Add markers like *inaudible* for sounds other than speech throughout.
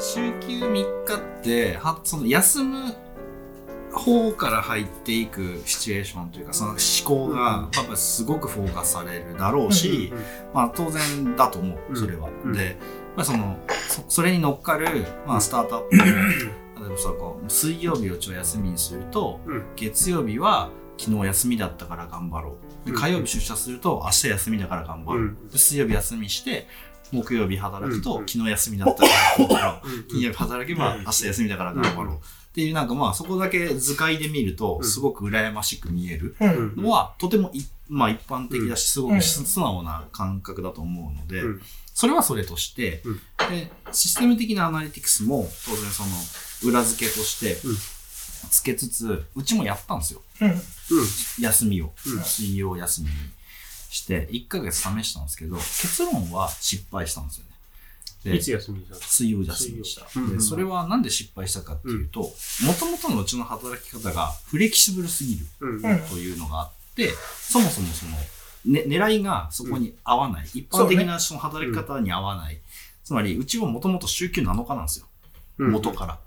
週休3日ってはその休む方から入っていくシチュエーションというかその思考うんうがん多分すごくフォーカスされるだろうし、うんうんまあ、当然だと思ううんそれは。うんで、まあ、そのそそれに乗っかる、まあ、スタートアッ *clears throat* プの例えばそうこう水曜日をちょい休みにすると、うん月曜日は昨日休みだったから頑張ろうでうん火曜日出社すると明日休みだから頑張ろう、うんで水曜日休みして木曜日働くと、うん昨日休みだったから頑張ろううんうん金曜日働けばうん明日休みだから頑張ろう、うんっていうなんかまあそこだけ図解で見るとうんすごく羨ましく見えるうんうんのはとてもい、まあ、一般的だしすごうくん素直な感覚だと思うので、うんそれはそれとして、うんでシステム的なアナリティクスも当然その裏付けとしてうんつけつつうちもやったんですようん休みを、うん水曜休みにして1ヶ月試したんですけど結論は失敗したんですよねうんでいつ休みにしたの水曜休みでした、水曜うんうでんそれはなんで失敗したかっていうともともとのうちの働き方がフレキシブルすぎるうんうんうんというのがあってそもそもその、ね、狙いがそこに合わない、一般的なその働き方に合わない、つまりうちはもともと週休7日なんですよ、うん元から。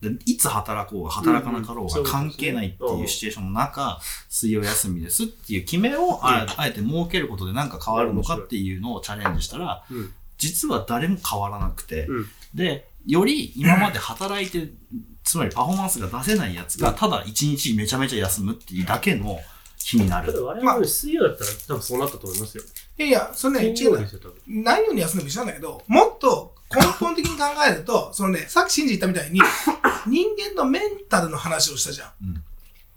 でいつ働こうが働かなかろううんうんそうがですね関係ないっていうシチュエーションの中、水曜休みですっていう決めをうああえて設けることで何か変わるのかっていうのをチャレンジしたら、うん実は誰も変わらなくて、うんでより今まで働いてつまりパフォーマンスが出せないやつがただ一日めちゃめちゃ休むっていうだけの日になただる我々も水曜だったら多分そうなったと思いますよ。いやいや、それね、金違う曜日でんだよすよ、多分。何より休んでも一緒なんだけど、もっと根本的に考えると、そのね、さっき信じ言ったみたい *laughs* に、人間のメンタルの話をしたじゃん。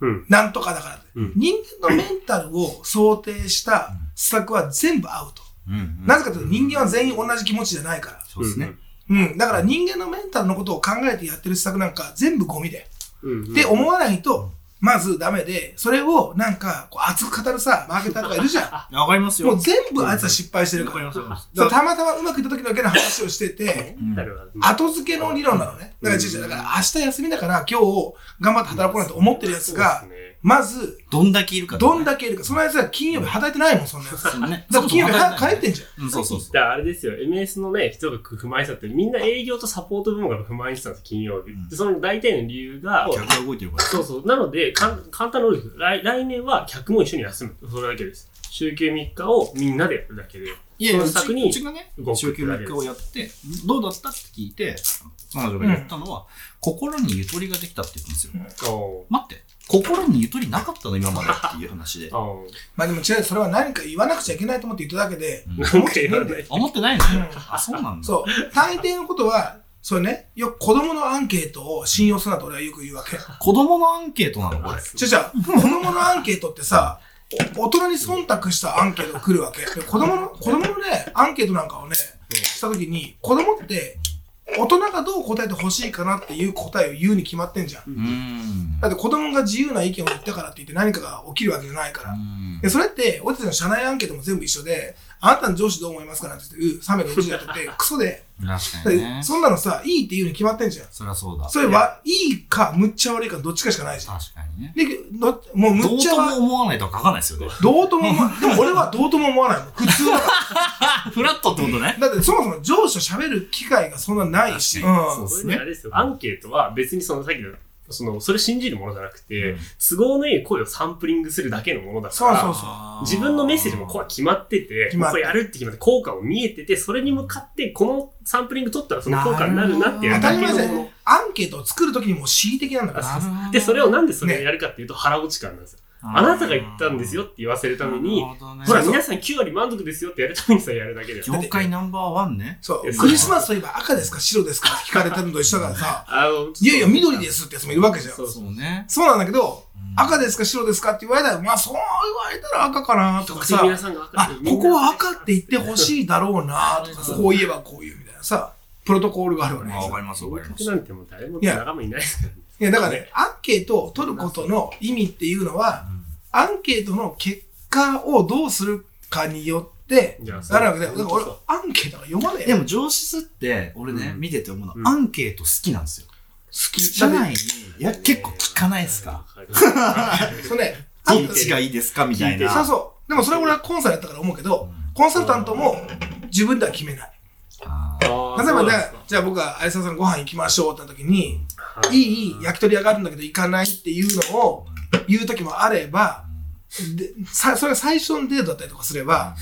うん。なんとかだからって。うん人間のメンタルを想定した施策は全部アウト。うんうんなぜかというと人間は全員同じ気持ちじゃないから。そうですね、うん。だから人間のメンタルのことを考えてやってる施策なんか全部ゴミで。うん。うん。うんって思わないと、まずダメで、それをなんかこう熱く語るさ、マーケターとかいる *laughs* じゃわかりますん。よもう全部あいつは失敗してるわかかりら。ますわかりますそうたまたまうまくいった時だけの話をして *laughs* て、メンタルは後付けの理論なのね。だから、違う違うだから明日休みだから今日頑張って働こうなんて思ってるやつがそう、ですねまず、どんだけいるかどんだだけいるか。そのやつは金曜日働いてないもん、そんなやつ。だかけ、ね、ら金曜日は帰ってんんじゃん。うんそうそうだそからあれですよ、MS のね、人が不満したって、みんな営業とサポート部門が不満したんです、金曜日。うんでその大体の理由がう、客が動いてるからそうそう。なので、かん簡単なルールです来。来年は客も一緒に休む。それだけです。週休3日をみんなでやるだけで。いやいやそうの策ちにうちがね動く週休3日をやってどうだったって聞いて彼女が言ったのは、心にゆとりができたって言うんですよお待って心にゆとりなかったの今までっていう話 *laughs* でーおまあでも違う、それは何か言わなくちゃいけないと思って言っただけで、うんー。なんか言わない。思ってないんですようんあそうなんだそう。大抵のことは、そうね、よく子供のアンケートを信用するなと俺はよく言うわけ。子供のアンケートなのこれ。じゃじゃ子供のアンケートってさ、お大人に忖度したアンケートが来るわけ。で子供の、子供のね、アンケートなんかをね、したときに、子供って、大人がどう答えてほしいかなっていう答えを言うに決まってんじゃん。うーん。だって子供が自由な意見を言ったからって言って何かが起きるわけじゃないから。で、それって、俺たちの社内アンケートも全部一緒で、あなたの上司どう思いますかなんて言って、う、360やってて、クソで、確だかっにてね。そんなのさ、いいって言うに決まってんじゃん。そりゃそうだ。それはいいか、むっちゃ悪いか、どっちかしかないじゃん。確かにね。で、どもうむどっうちゃと悪いも。思わないとは書かないですよね。どうとも思わ、でも俺はどうとも思わないの。普通は。フラットってことね。だってそもそも上司と喋る機会がそんなないし。確うかにん。そうそっれすねであれですよ、アンケートは別にそのさっきの、その、それ信じるものじゃなくて、うん都合のいい声をサンプリングするだけのものだかそうら、そう自分のメッセージもこうは決まってて、決まってこれやるって決まって、効果も見えてて、それに向かって、このサンプリング取ったらその効果になるなっていう当たり前じゃだけのもんの。アンケートを作るときにもう恣意的なんだかあら。で、それをなんでそれをねやるかっていうと腹落ち感なんですよ。あなたが言ったんですよって言わせるために、なるほどねほら、皆さん9割満足ですよってやるためにさ、やるだけで。業界ナンバーワンね。そ。いうやクリスマスといえば赤ですか白ですか聞かれてるのと一緒だからさ。あの、いやいや、緑ですってやつもいるわけじゃん。そうそうそうね。そうなんだけど、赤で。ですか白ですかって言われたら、まあそう言われたら赤かなとか特に皆さ。さんが赤あ、ここは赤って言ってほしいだろうなとかさ、こう言えばこういうみたいなさ、プロトコールがあるわけまあわかりますわかります。なんてもう誰も仲間いないですからね。いや、だからね、アンケートを取ることの意味っていうのは、アンケートの結果をどうするかによって、いやそうなるわけだよ。だから俺、アンケートが読まねえでよ。も上司って、俺ね、うん見てて思ううんの、アンケート好きなんですよ。好きじゃない。いや、結構聞かないですか。そうね、アどンっケちーがいいですかみたいト。な。そうそう。でもそれは俺はコンサルやったから思うけど、コンサルタントも自分では決めない。あーああ例えそうなばねんですか、じゃあ僕が相沢さんご飯行きましょうって時に、はいいい焼き鳥屋があるんだけど行かないっていうのを言う時もあれば、でさそれが最初のデートだったりとかすれば、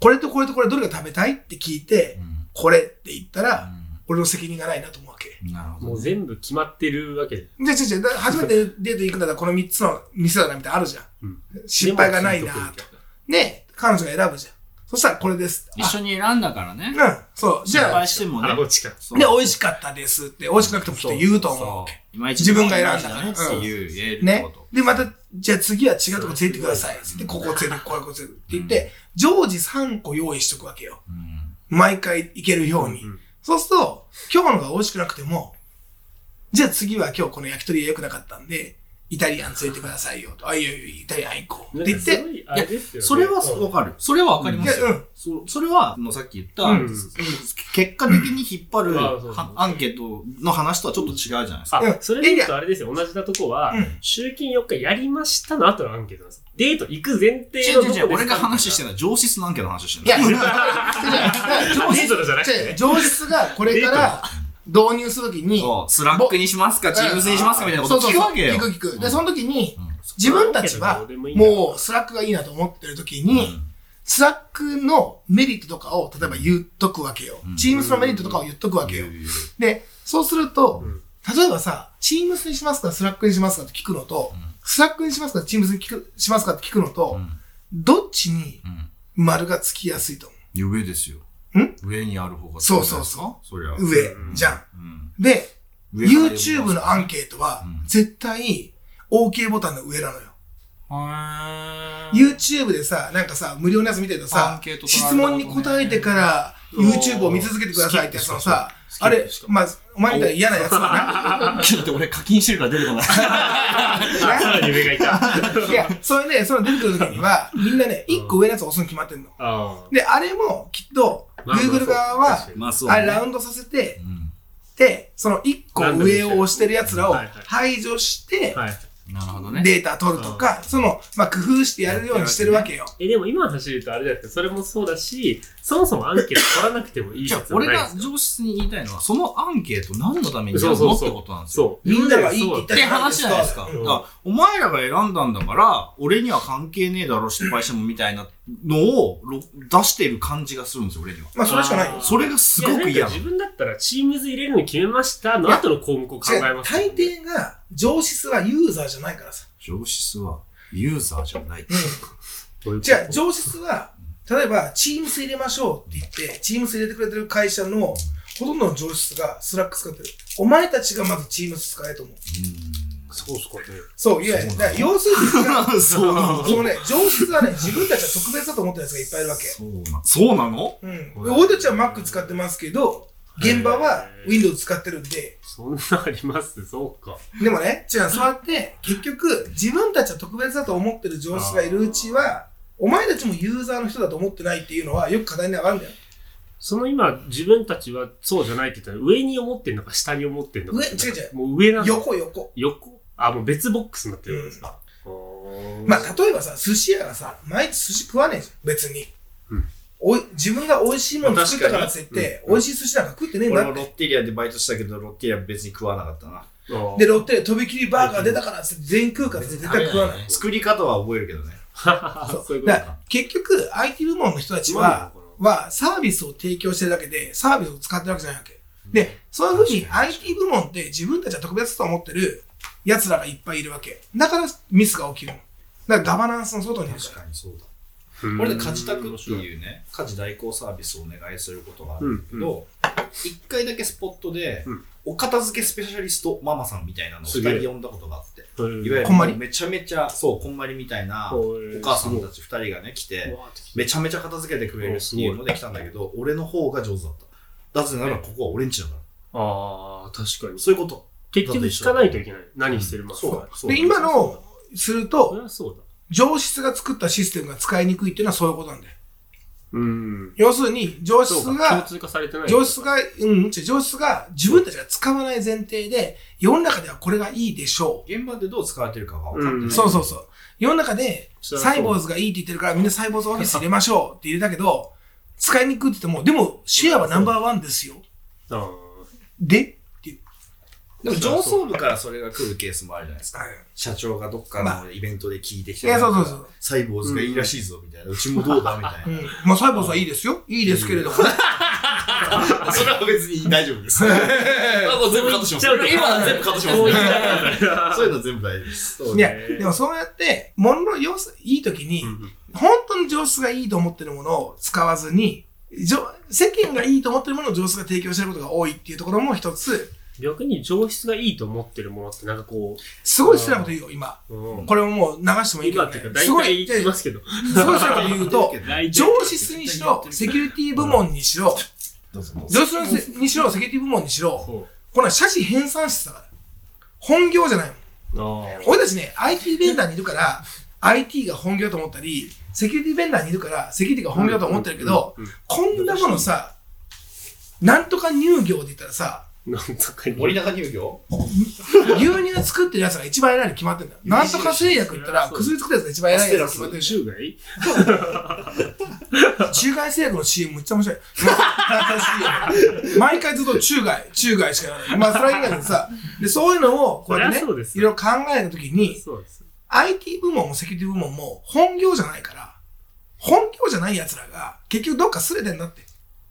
これとこれとこれどれが食べたいって聞いて、これって言ったら、俺の責任がないなと思うわけ。うんなるほもどうね。全部決まってるわけで。じゃあ、じゃあじゃあ初めてデート行くんだったらこの3つの店だなみたいなのあるじゃん。うん失敗がないなでも聞いとと。くみね、彼女が選ぶじゃん。そしたらこれです。一緒に選んだからね。あうん、そう。じ失ゃあ、敗してもたいなあ、ねど。っちか。そうで、美味しかったですって、美味しくなくてもきっと言うと思うわけ。いまいち自分が選んだからねっていう、言えるってねこと。。で、また、じゃあ次は違うとこ連れてってください。で、ここ連れてく、こういうこと連れてって言って、常時3個用意しとくわけよ。うん毎回行けるように。うんそうすると、今日のが美味しくなくても、じゃあ次は今日この焼き鳥屋良くなかったんで、イタリアン連れてくださいよと。あ、いやいや、イタリアン行こう。って言っなんかす、てごいあれですよねそれはうんわかる。それはわかりますいやようん。そそれは、もうさっき言ったうん、結果的に引っ張るうんあそうそうはアンケートの話とはちょっと違うじゃないですか。あ、それで言うとあれですよ。同じなとこはうん、集金4日やりましたの後のアンケートなんです。デート行く前提違うの違う違う、どこ俺ですがか話してるのは上質のアンケートの話をしてるいや、の。だから *laughs* デートじゃなくて違う上質がこれから導入するときに、そうスラックにしますか、チームズにしますかみたいなこと聞くわけよ。そうそうそう聞く聞く。で、その時に、うん自分たちは、もうスラックがいいなと思ってる時に、スラックのメリットとかを、例えば言っとくわけよ。うんチームスのメリットとかを言っとくわけよ。うんで、そうすると、うん例えばさ、チームスにしますか、スラックにしますかって聞くのと、うんスラックにしますか、チームスに聞くしますかって聞くのと、うんどっちにうん丸がつきやすいと思いや上ですよ。ん上にある方が。そうそうそうそりゃ。う。上うんじゃん。うん。で、上から読み YouTube ますのアンケートはう、ん絶対 OK ボタンの上なのよ。はーい YouTube でさ、なんかさ、無料のやつ見てるとアンさケー、ト取ら質れたこと問ねに答えてから、YouTube を見続けてくださいってやつのさ、あれ、まあ、お前みたいな嫌なやつだ *laughs* ちょっと俺課金してるから出てこない。あさらに上がいた。 *laughs* な。いや、それで、その出てくる時には、みんなね、一個上のやつを押すに決まってんの。あで、あれもきっと、まあまあ Google 側は、 *laughs* まあそう、あれラウンドさせて、うで、その一個上を押してるやつらをはいはい排除してあ、はい。ん。なるほどね。データ取るとか、その、まあ、工夫してやるようにしてるわけよ。え、でも今の話で言うとあれじゃなくて、それもそうだし、そもそもアンケート取らなくてもいいじゃあ必要俺ないが上質に言いたいのは、そのアンケート何のためにやるそうのそってうそうことなんですよ。そう。みんながいいって言ったっらて話じゃないですか。だうかんら、お前らが選んだんだから、俺には関係ねえだろ、失敗してもみたいなのをろ出してる感じがするんですよ、俺には。まあ、それしかないよあー。それがすごくい嫌なやなんかの自分だったら、チームズ入れるの決めましたの後の項目を考違えうます。大抵が上質はユーザーじゃないからさ。上質はユーザーじゃない。どういうことじゃあ上質は、例えば、チームス入れましょうって言って、チームス入れてくれてる会社のほとんどの上質がスラック使ってる。お前たちがまずチームス使えと思う。そうっすかね。そう、いやいや、だから要するに、うんそうなのそのね、上質はね、自分たちは特別だと思ってるやつがいっぱいいるわけ。そうなそうなのうん。で俺たちは Mac 使ってますけど、現場は Windows 使ってるんで、そんなありますそうか。でもね、違う、そうやって、結局、自分たちは特別だと思ってる上司がいるうちは、お前たちもユーザーの人だと思ってないっていうのは、よく課題に上がるんだよ。その今、自分たちはそうじゃないって言ったら、上に思ってんのか、下に思ってんのか。上違う違うもう上なの。横横。横あ、もう別ボックスになってるんですか。おーまあ、例えばさ、寿司屋がさ、毎日寿司食わねえじゃん、別に。うんおい自分が美味しいもの作ったからって言っまあ確かてに、うん美味しい寿司なんか食ってねえんだって。ッテリアでバイトしたけど、ロッテリア別に食わなかったな。あーで、ロッテで飛び切りバーガー出たからって全員食うからって絶対食わない。作り方は覚えるけどね。そう *laughs* そういうことだか。から結局、IT 部門の人たちは、はサービスを提供してるだけで、サービスを使ってるわけじゃないわけ。で、そういうふうに IT 部門って自分たちは特別だと思ってる奴らがいっぱいいるわけ。だからミスが起きるの。だからガバナンスの外にあるから。にそうだ。うんこれで家事宅っていうね、家事代行サービスをお願いすることがあるんだけど、一、回だけスポットで、うんお片付けスペシャリストママさんみたいなのをす二げえ人呼んだことがあって、うんいわゆるこんまりめちゃめちゃ、そう、こんまりみたいなおこういう母さんたち二人がね、来て、めちゃめちゃ片付けてくれるっていうので来たんだけど、俺の方が上手だった。だぜならここは俺んちだから。ああ、確かに。そういうこと。結局聞かないといけない。何してるまそうそうで、今のをするそと、りゃそうだ。上質が作ったシステムが使いにくいっていうのはそういうことなんだよ。うん。要するに、上質そうか共が、通化されてない。上質が、うん、違う上質が自分たちが使わない前提で、世の中ではこれがいいでしょう。現場でどう使われてるかが分かってない。うんそうそうそう。世の中で、そうサイボーズがいいって言ってるから、みんなサイボーズオフィス入れましょうって入れたけど、使いにくいって言っても、でも、シェアはナンバーワンですよ。あーで、でも上層部からそれが来るケースもあるじゃないですか。はい社長がどっかのイベントで聞いてきいて、や、そうそうそう。サイボーズがいいらしいぞ、みたいな。うちもどうだ、みたういん。まあ、サイボーズはいいですよ。いいですけれどもね。な。それは別に大丈夫です。あもう全部カットします。それ言っち今のゃうとは全部カットします。 *laughs* もう言っちゃうからそういうのは全部大丈夫です。そういねや、でもそうやって、物の様子、いい時にう、ん本当に上質がいいと思ってるものを使わずに、上世間がいいと思ってるものを上質が提供してることが多いっていうところも一つ、逆に上質がいいと思ってるものってなんかこすごい失礼なこと言うよ、今。う、うんこれももう流してもいいけ今ど、っていうねか、大すご体い、じゃあ言ってすごまいすけど。*laughs* 失礼なこと言うと、大体上質にしろ、セキュリティ部門にしろ、どうぞどうぞ上質にしろ、セキュリティ部門にしろ、そこれは社史編纂室だから。本業じゃないもん。う。ああ。俺たちね、IT ベンダーにいるから、IT が本業と思ったり、セキュリティベンダーにいるから、セキュリティが本業と思ってるけど、うんうんこんなものさ、なんとか乳業で言ったらさ、うんなんとかに。森永乳業牛乳作ってるやつが一番偉いに決まってんだよ。なんとか製薬言ったら、そう薬作ってるやつが一番偉いに決まってるし、中外中外製薬の CM めっちゃ面白い。 *laughs* 懐かしいよ毎回ずっと中外、中外しかやらない。まあ、それはいいんだけどさ、でそういうのを、こうやってね、そりゃいそうでろすいよろ考えたときに、そうです。 IT 部門もセキュリティ部門も本業じゃないから、本業じゃない奴らが結局どっかすれてんだって。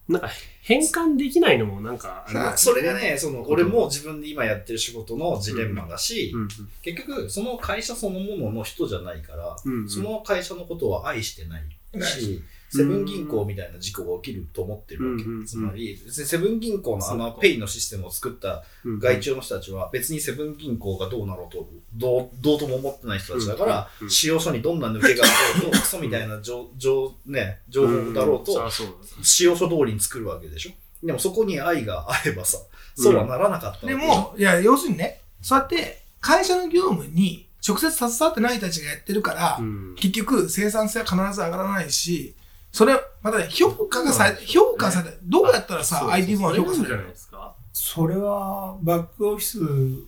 なんか、変換できないのもなんか、あれだそれがね、その、俺も自分で今やってる仕事のジレンマだしう、ん結局、その会社そのものの人じゃないから、うん。その会社のことは愛してないないし、セブン銀行みたいな事故が起きると思ってるわけうんうんうん。つまり、別にセブン銀行のあそうのかペイのシステムを作ったうん外注の人たちは別にセブン銀行がどうなろうと、どう、どうとも思ってない人たちだからう、ん使用書にどんな抜けがあろうと、クソみたいな情情ね情報だろうと、んそそうです使用書通りに作るわけでしょでもそこに愛があればさ、そうはならなかったわけでじゃんも、いや、要するにね、そうやって会社の業務に直接携わってない人たちがやってるから、うん結局生産性は必ず上がらないし、それ、またね、評価がされ、そうなんですよね評価され、どうやったらそうさ、そう IT 部門は評価そさうれじゃないるですか。それはバックオフィス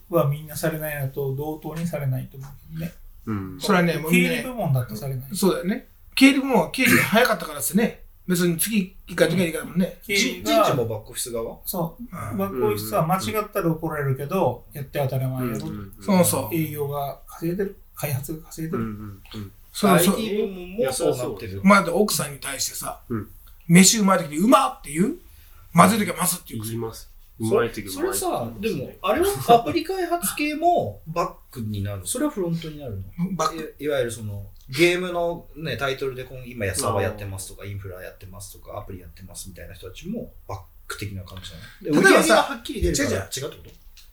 はみんなされないのと同等にされないと思うね。うんそれはね、もうみん経な理ね部、門だとされない。そうだよね。経理部門は経理が早かったからですね。別に次行かなきゃいけないもんね。経じ理人事がもバックオフィス側そううバんックオフィスは間違ったら怒られるけど、やって当たり前やろ、そうそう。営業が稼いでる、開発が稼いでうんる。うんそうそう。 IT 部門もそうなってる。まあ、だって奥さんに対してさ、うん飯うまい時にうまっって言うまずい時はまずって言言ういます。うそまれい時それさ、でも、あれはアプリ開発系もバックになる。それはフロントになるの。バックいいわゆるそのゲームの、ね、タイトルで今今やサーバーやってますとかインフラやってますとかアプリやってますみたいな人たちもバック的な感じじゃない例でえ売り上ばさげがはっきり出るから違違ううってこ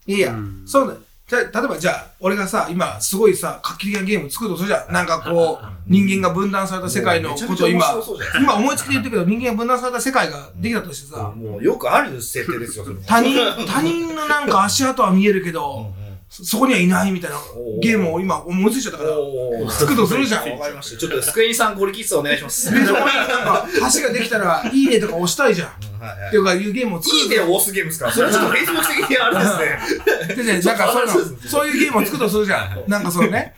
といやいや、うんそうだよじゃあ例えばじゃあ俺がさ今すごいさ画期的なゲーム作るとするじゃんなんかこう人間が分断された世界のことをめちゃめ今ちゃ面白そうじゃない今思いつきで言ってるけど人間が分断された世界ができたとしてさ、もうよくある設定ですよ、それも他人他人のなんか足跡は見えるけど、そそこにはいないみたいなおーゲームを今思いついちゃったからおー作るとするじゃんわかりました。ちょっとスクエニさん、ゴリキッズお願いし *laughs* ます。でそこになんか橋ができたら「いいね」とか押したいじゃんっうんはいはいていうかいうゲームを作るいいねを押すゲームですから、それはちょっとフェイスブック的にあれですね。でね、なんかそういうの、そういうゲームを作るとするじゃはん。いなんかそのね、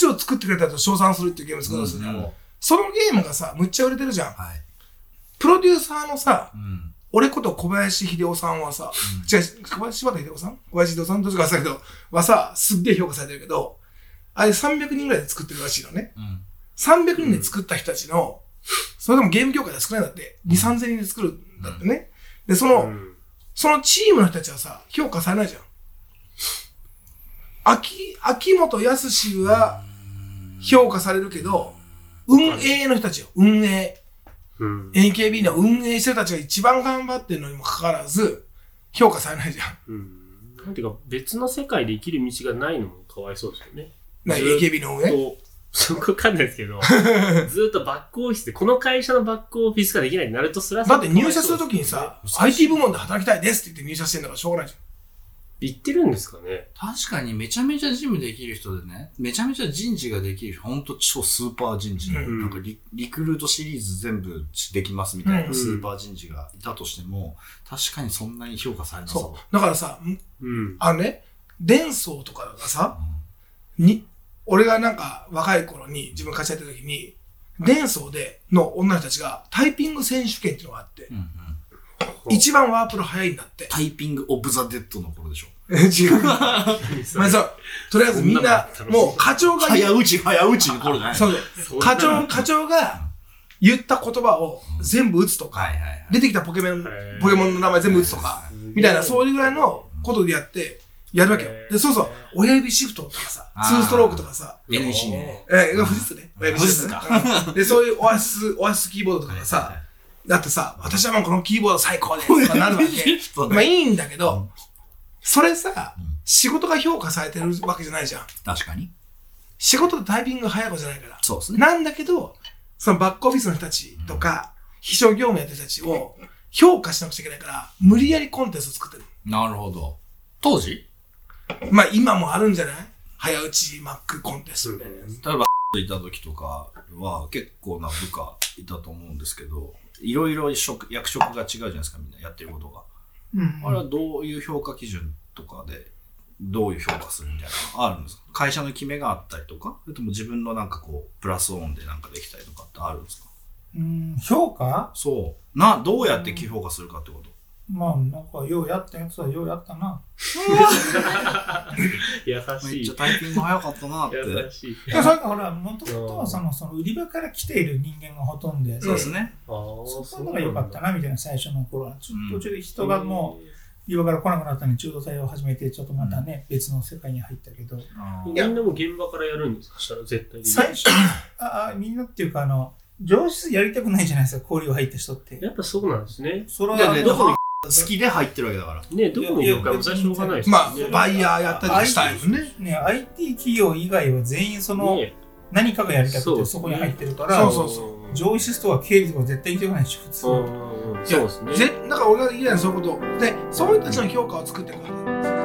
橋を作ってくれたと称賛するっていうゲームを作るとするじゃうんん。そのゲームがさ、むっちゃ売れてるじゃん。はい。プロデューサーのさう、ん俺こと小林秀夫さんはさ、違う、小林柴田秀夫さん小林秀夫さんどっちか忘れたけど、はさ、すっげえ評価されてるけど、あれ300人ぐらいで作ってるらしいのね。うん300人で作った人たちの、それでもゲーム業界では少ないんだって、2、3000人で作るんだってね。で、その、そのチームの人たちはさ、評価されないじゃん。秋、秋元康は評価されるけど、運営の人たちよ、運営。うん。 AKB の運営してる人たちが一番頑張ってるのにもかかわらず、評価されないじゃん。うん。なんていうか、別の世界で生きる道がないのもかわいそうですよね。なずっと AKB の運営と、そこわかんないですけど、ずっとバックオフィスで、この会社のバックオフィスができないになるとすらだって入社するときにかわさ、IT 部門で働きたいですって言って入社してんだからしょうがないじいそうですね、言ってるんですかね。確かにめちゃめちゃ事務できる人でね、めちゃめちゃ人事ができる人、ほんと超スーパー人事、うんなんかリリクルートシリーズ全部できますみたいうんなスーパー人事がいたとしても、確かにそんなに評価されゃん。なそ。そうだからさ、うん。あのね、伝送とかがさ、う。うんに、俺がなんか若い頃に自分が会社やってた時に、伝送での女の人たちがタイピング選手権っていうのがあってう、ん一番ワープロ早いんだ *laughs* って。タイピングオブザ・デッドの頃でしょ。違う。 *laughs* まあそう。とりあえずみんな、もう課長が言う早打ち、 *laughs* 早打ちの頃じゃない。そううそう課長、課長が言った言葉を全部打つとか、はいはいはい。出てきたポケモンへー、ポケモンの名前全部打つとか、みたいな、そういう。いうぐらいのことでやって、やるわけよへ。ーで、そうそう、親指シフトとかさ、あーツーストロークとかさ、 NEC ね。えー、富士ね。親指シフトね富士うんで、そういうオアシス、オアシスキーボードとかはがいはいさはい、だってさ、私はもうこのキーボード最高ですとかなるわけ。そうまあねいいんだけうどん、それさん、仕事が評価されてるわけじゃないじゃん。確かに。仕事でタイピングが早い子じゃないから。そうですね。なんだけど、そのバックオフィスの人たちとか、非常業務やってる人たちを評価しなくちゃいけないから、無理やりコンテンツを作ってる。なるほど。当時まあ今もあるんじゃない早打ちマックコンテンツみたいなやつ。例えば、いた時とかは結構な部下いたと思うんですけど、いろいろ職役職が違うじゃないですか、みんなやってることが。うんあれはどういう評価基準とかで、どういう評価するみたいなのあるんですか会社の決めがあったりとか、それとも自分のなんかこう、プラスオンでなんかできたりとかってあるんですかうん、評価そう。な、どうやって評価するかってことまあ、なんか、ようやったやつはようやったな。優めしっちゃい。タイピング早かったなって。優しい。でもなんかほら、もともとはその、その売り場から来ている人間がほとんどで、そうですね。あーそこの方が良かったな、みたいな最初の頃は。ちょうん途中で人がもう、売り場から来なくなったのに中途採用を始めて、ちょっとまたね、別の世界に入ったけど、あみんーなもう現場からやるんですかしたら絶対に。最初、ああ、みんなっていうか、あの、上司やりたくないじゃないですか、交流入った人って。やっぱそうなんですね。それだってどは、どここに好きで入ってるわけだから。ねどこの業界も最初しょうがないですまあね。、バイヤーやったりとかしたいもんね。ね、IT 企業以外は全員その、ね何かがやりたそくうてそこに入ってるから、そうそうそう上位シストは経理とか絶対行きたくないでしょ、普通。んうんうんそうですね。ぜだから俺が言いたいのはそういうこと。で、そういう人たちの評価を作っていくこと。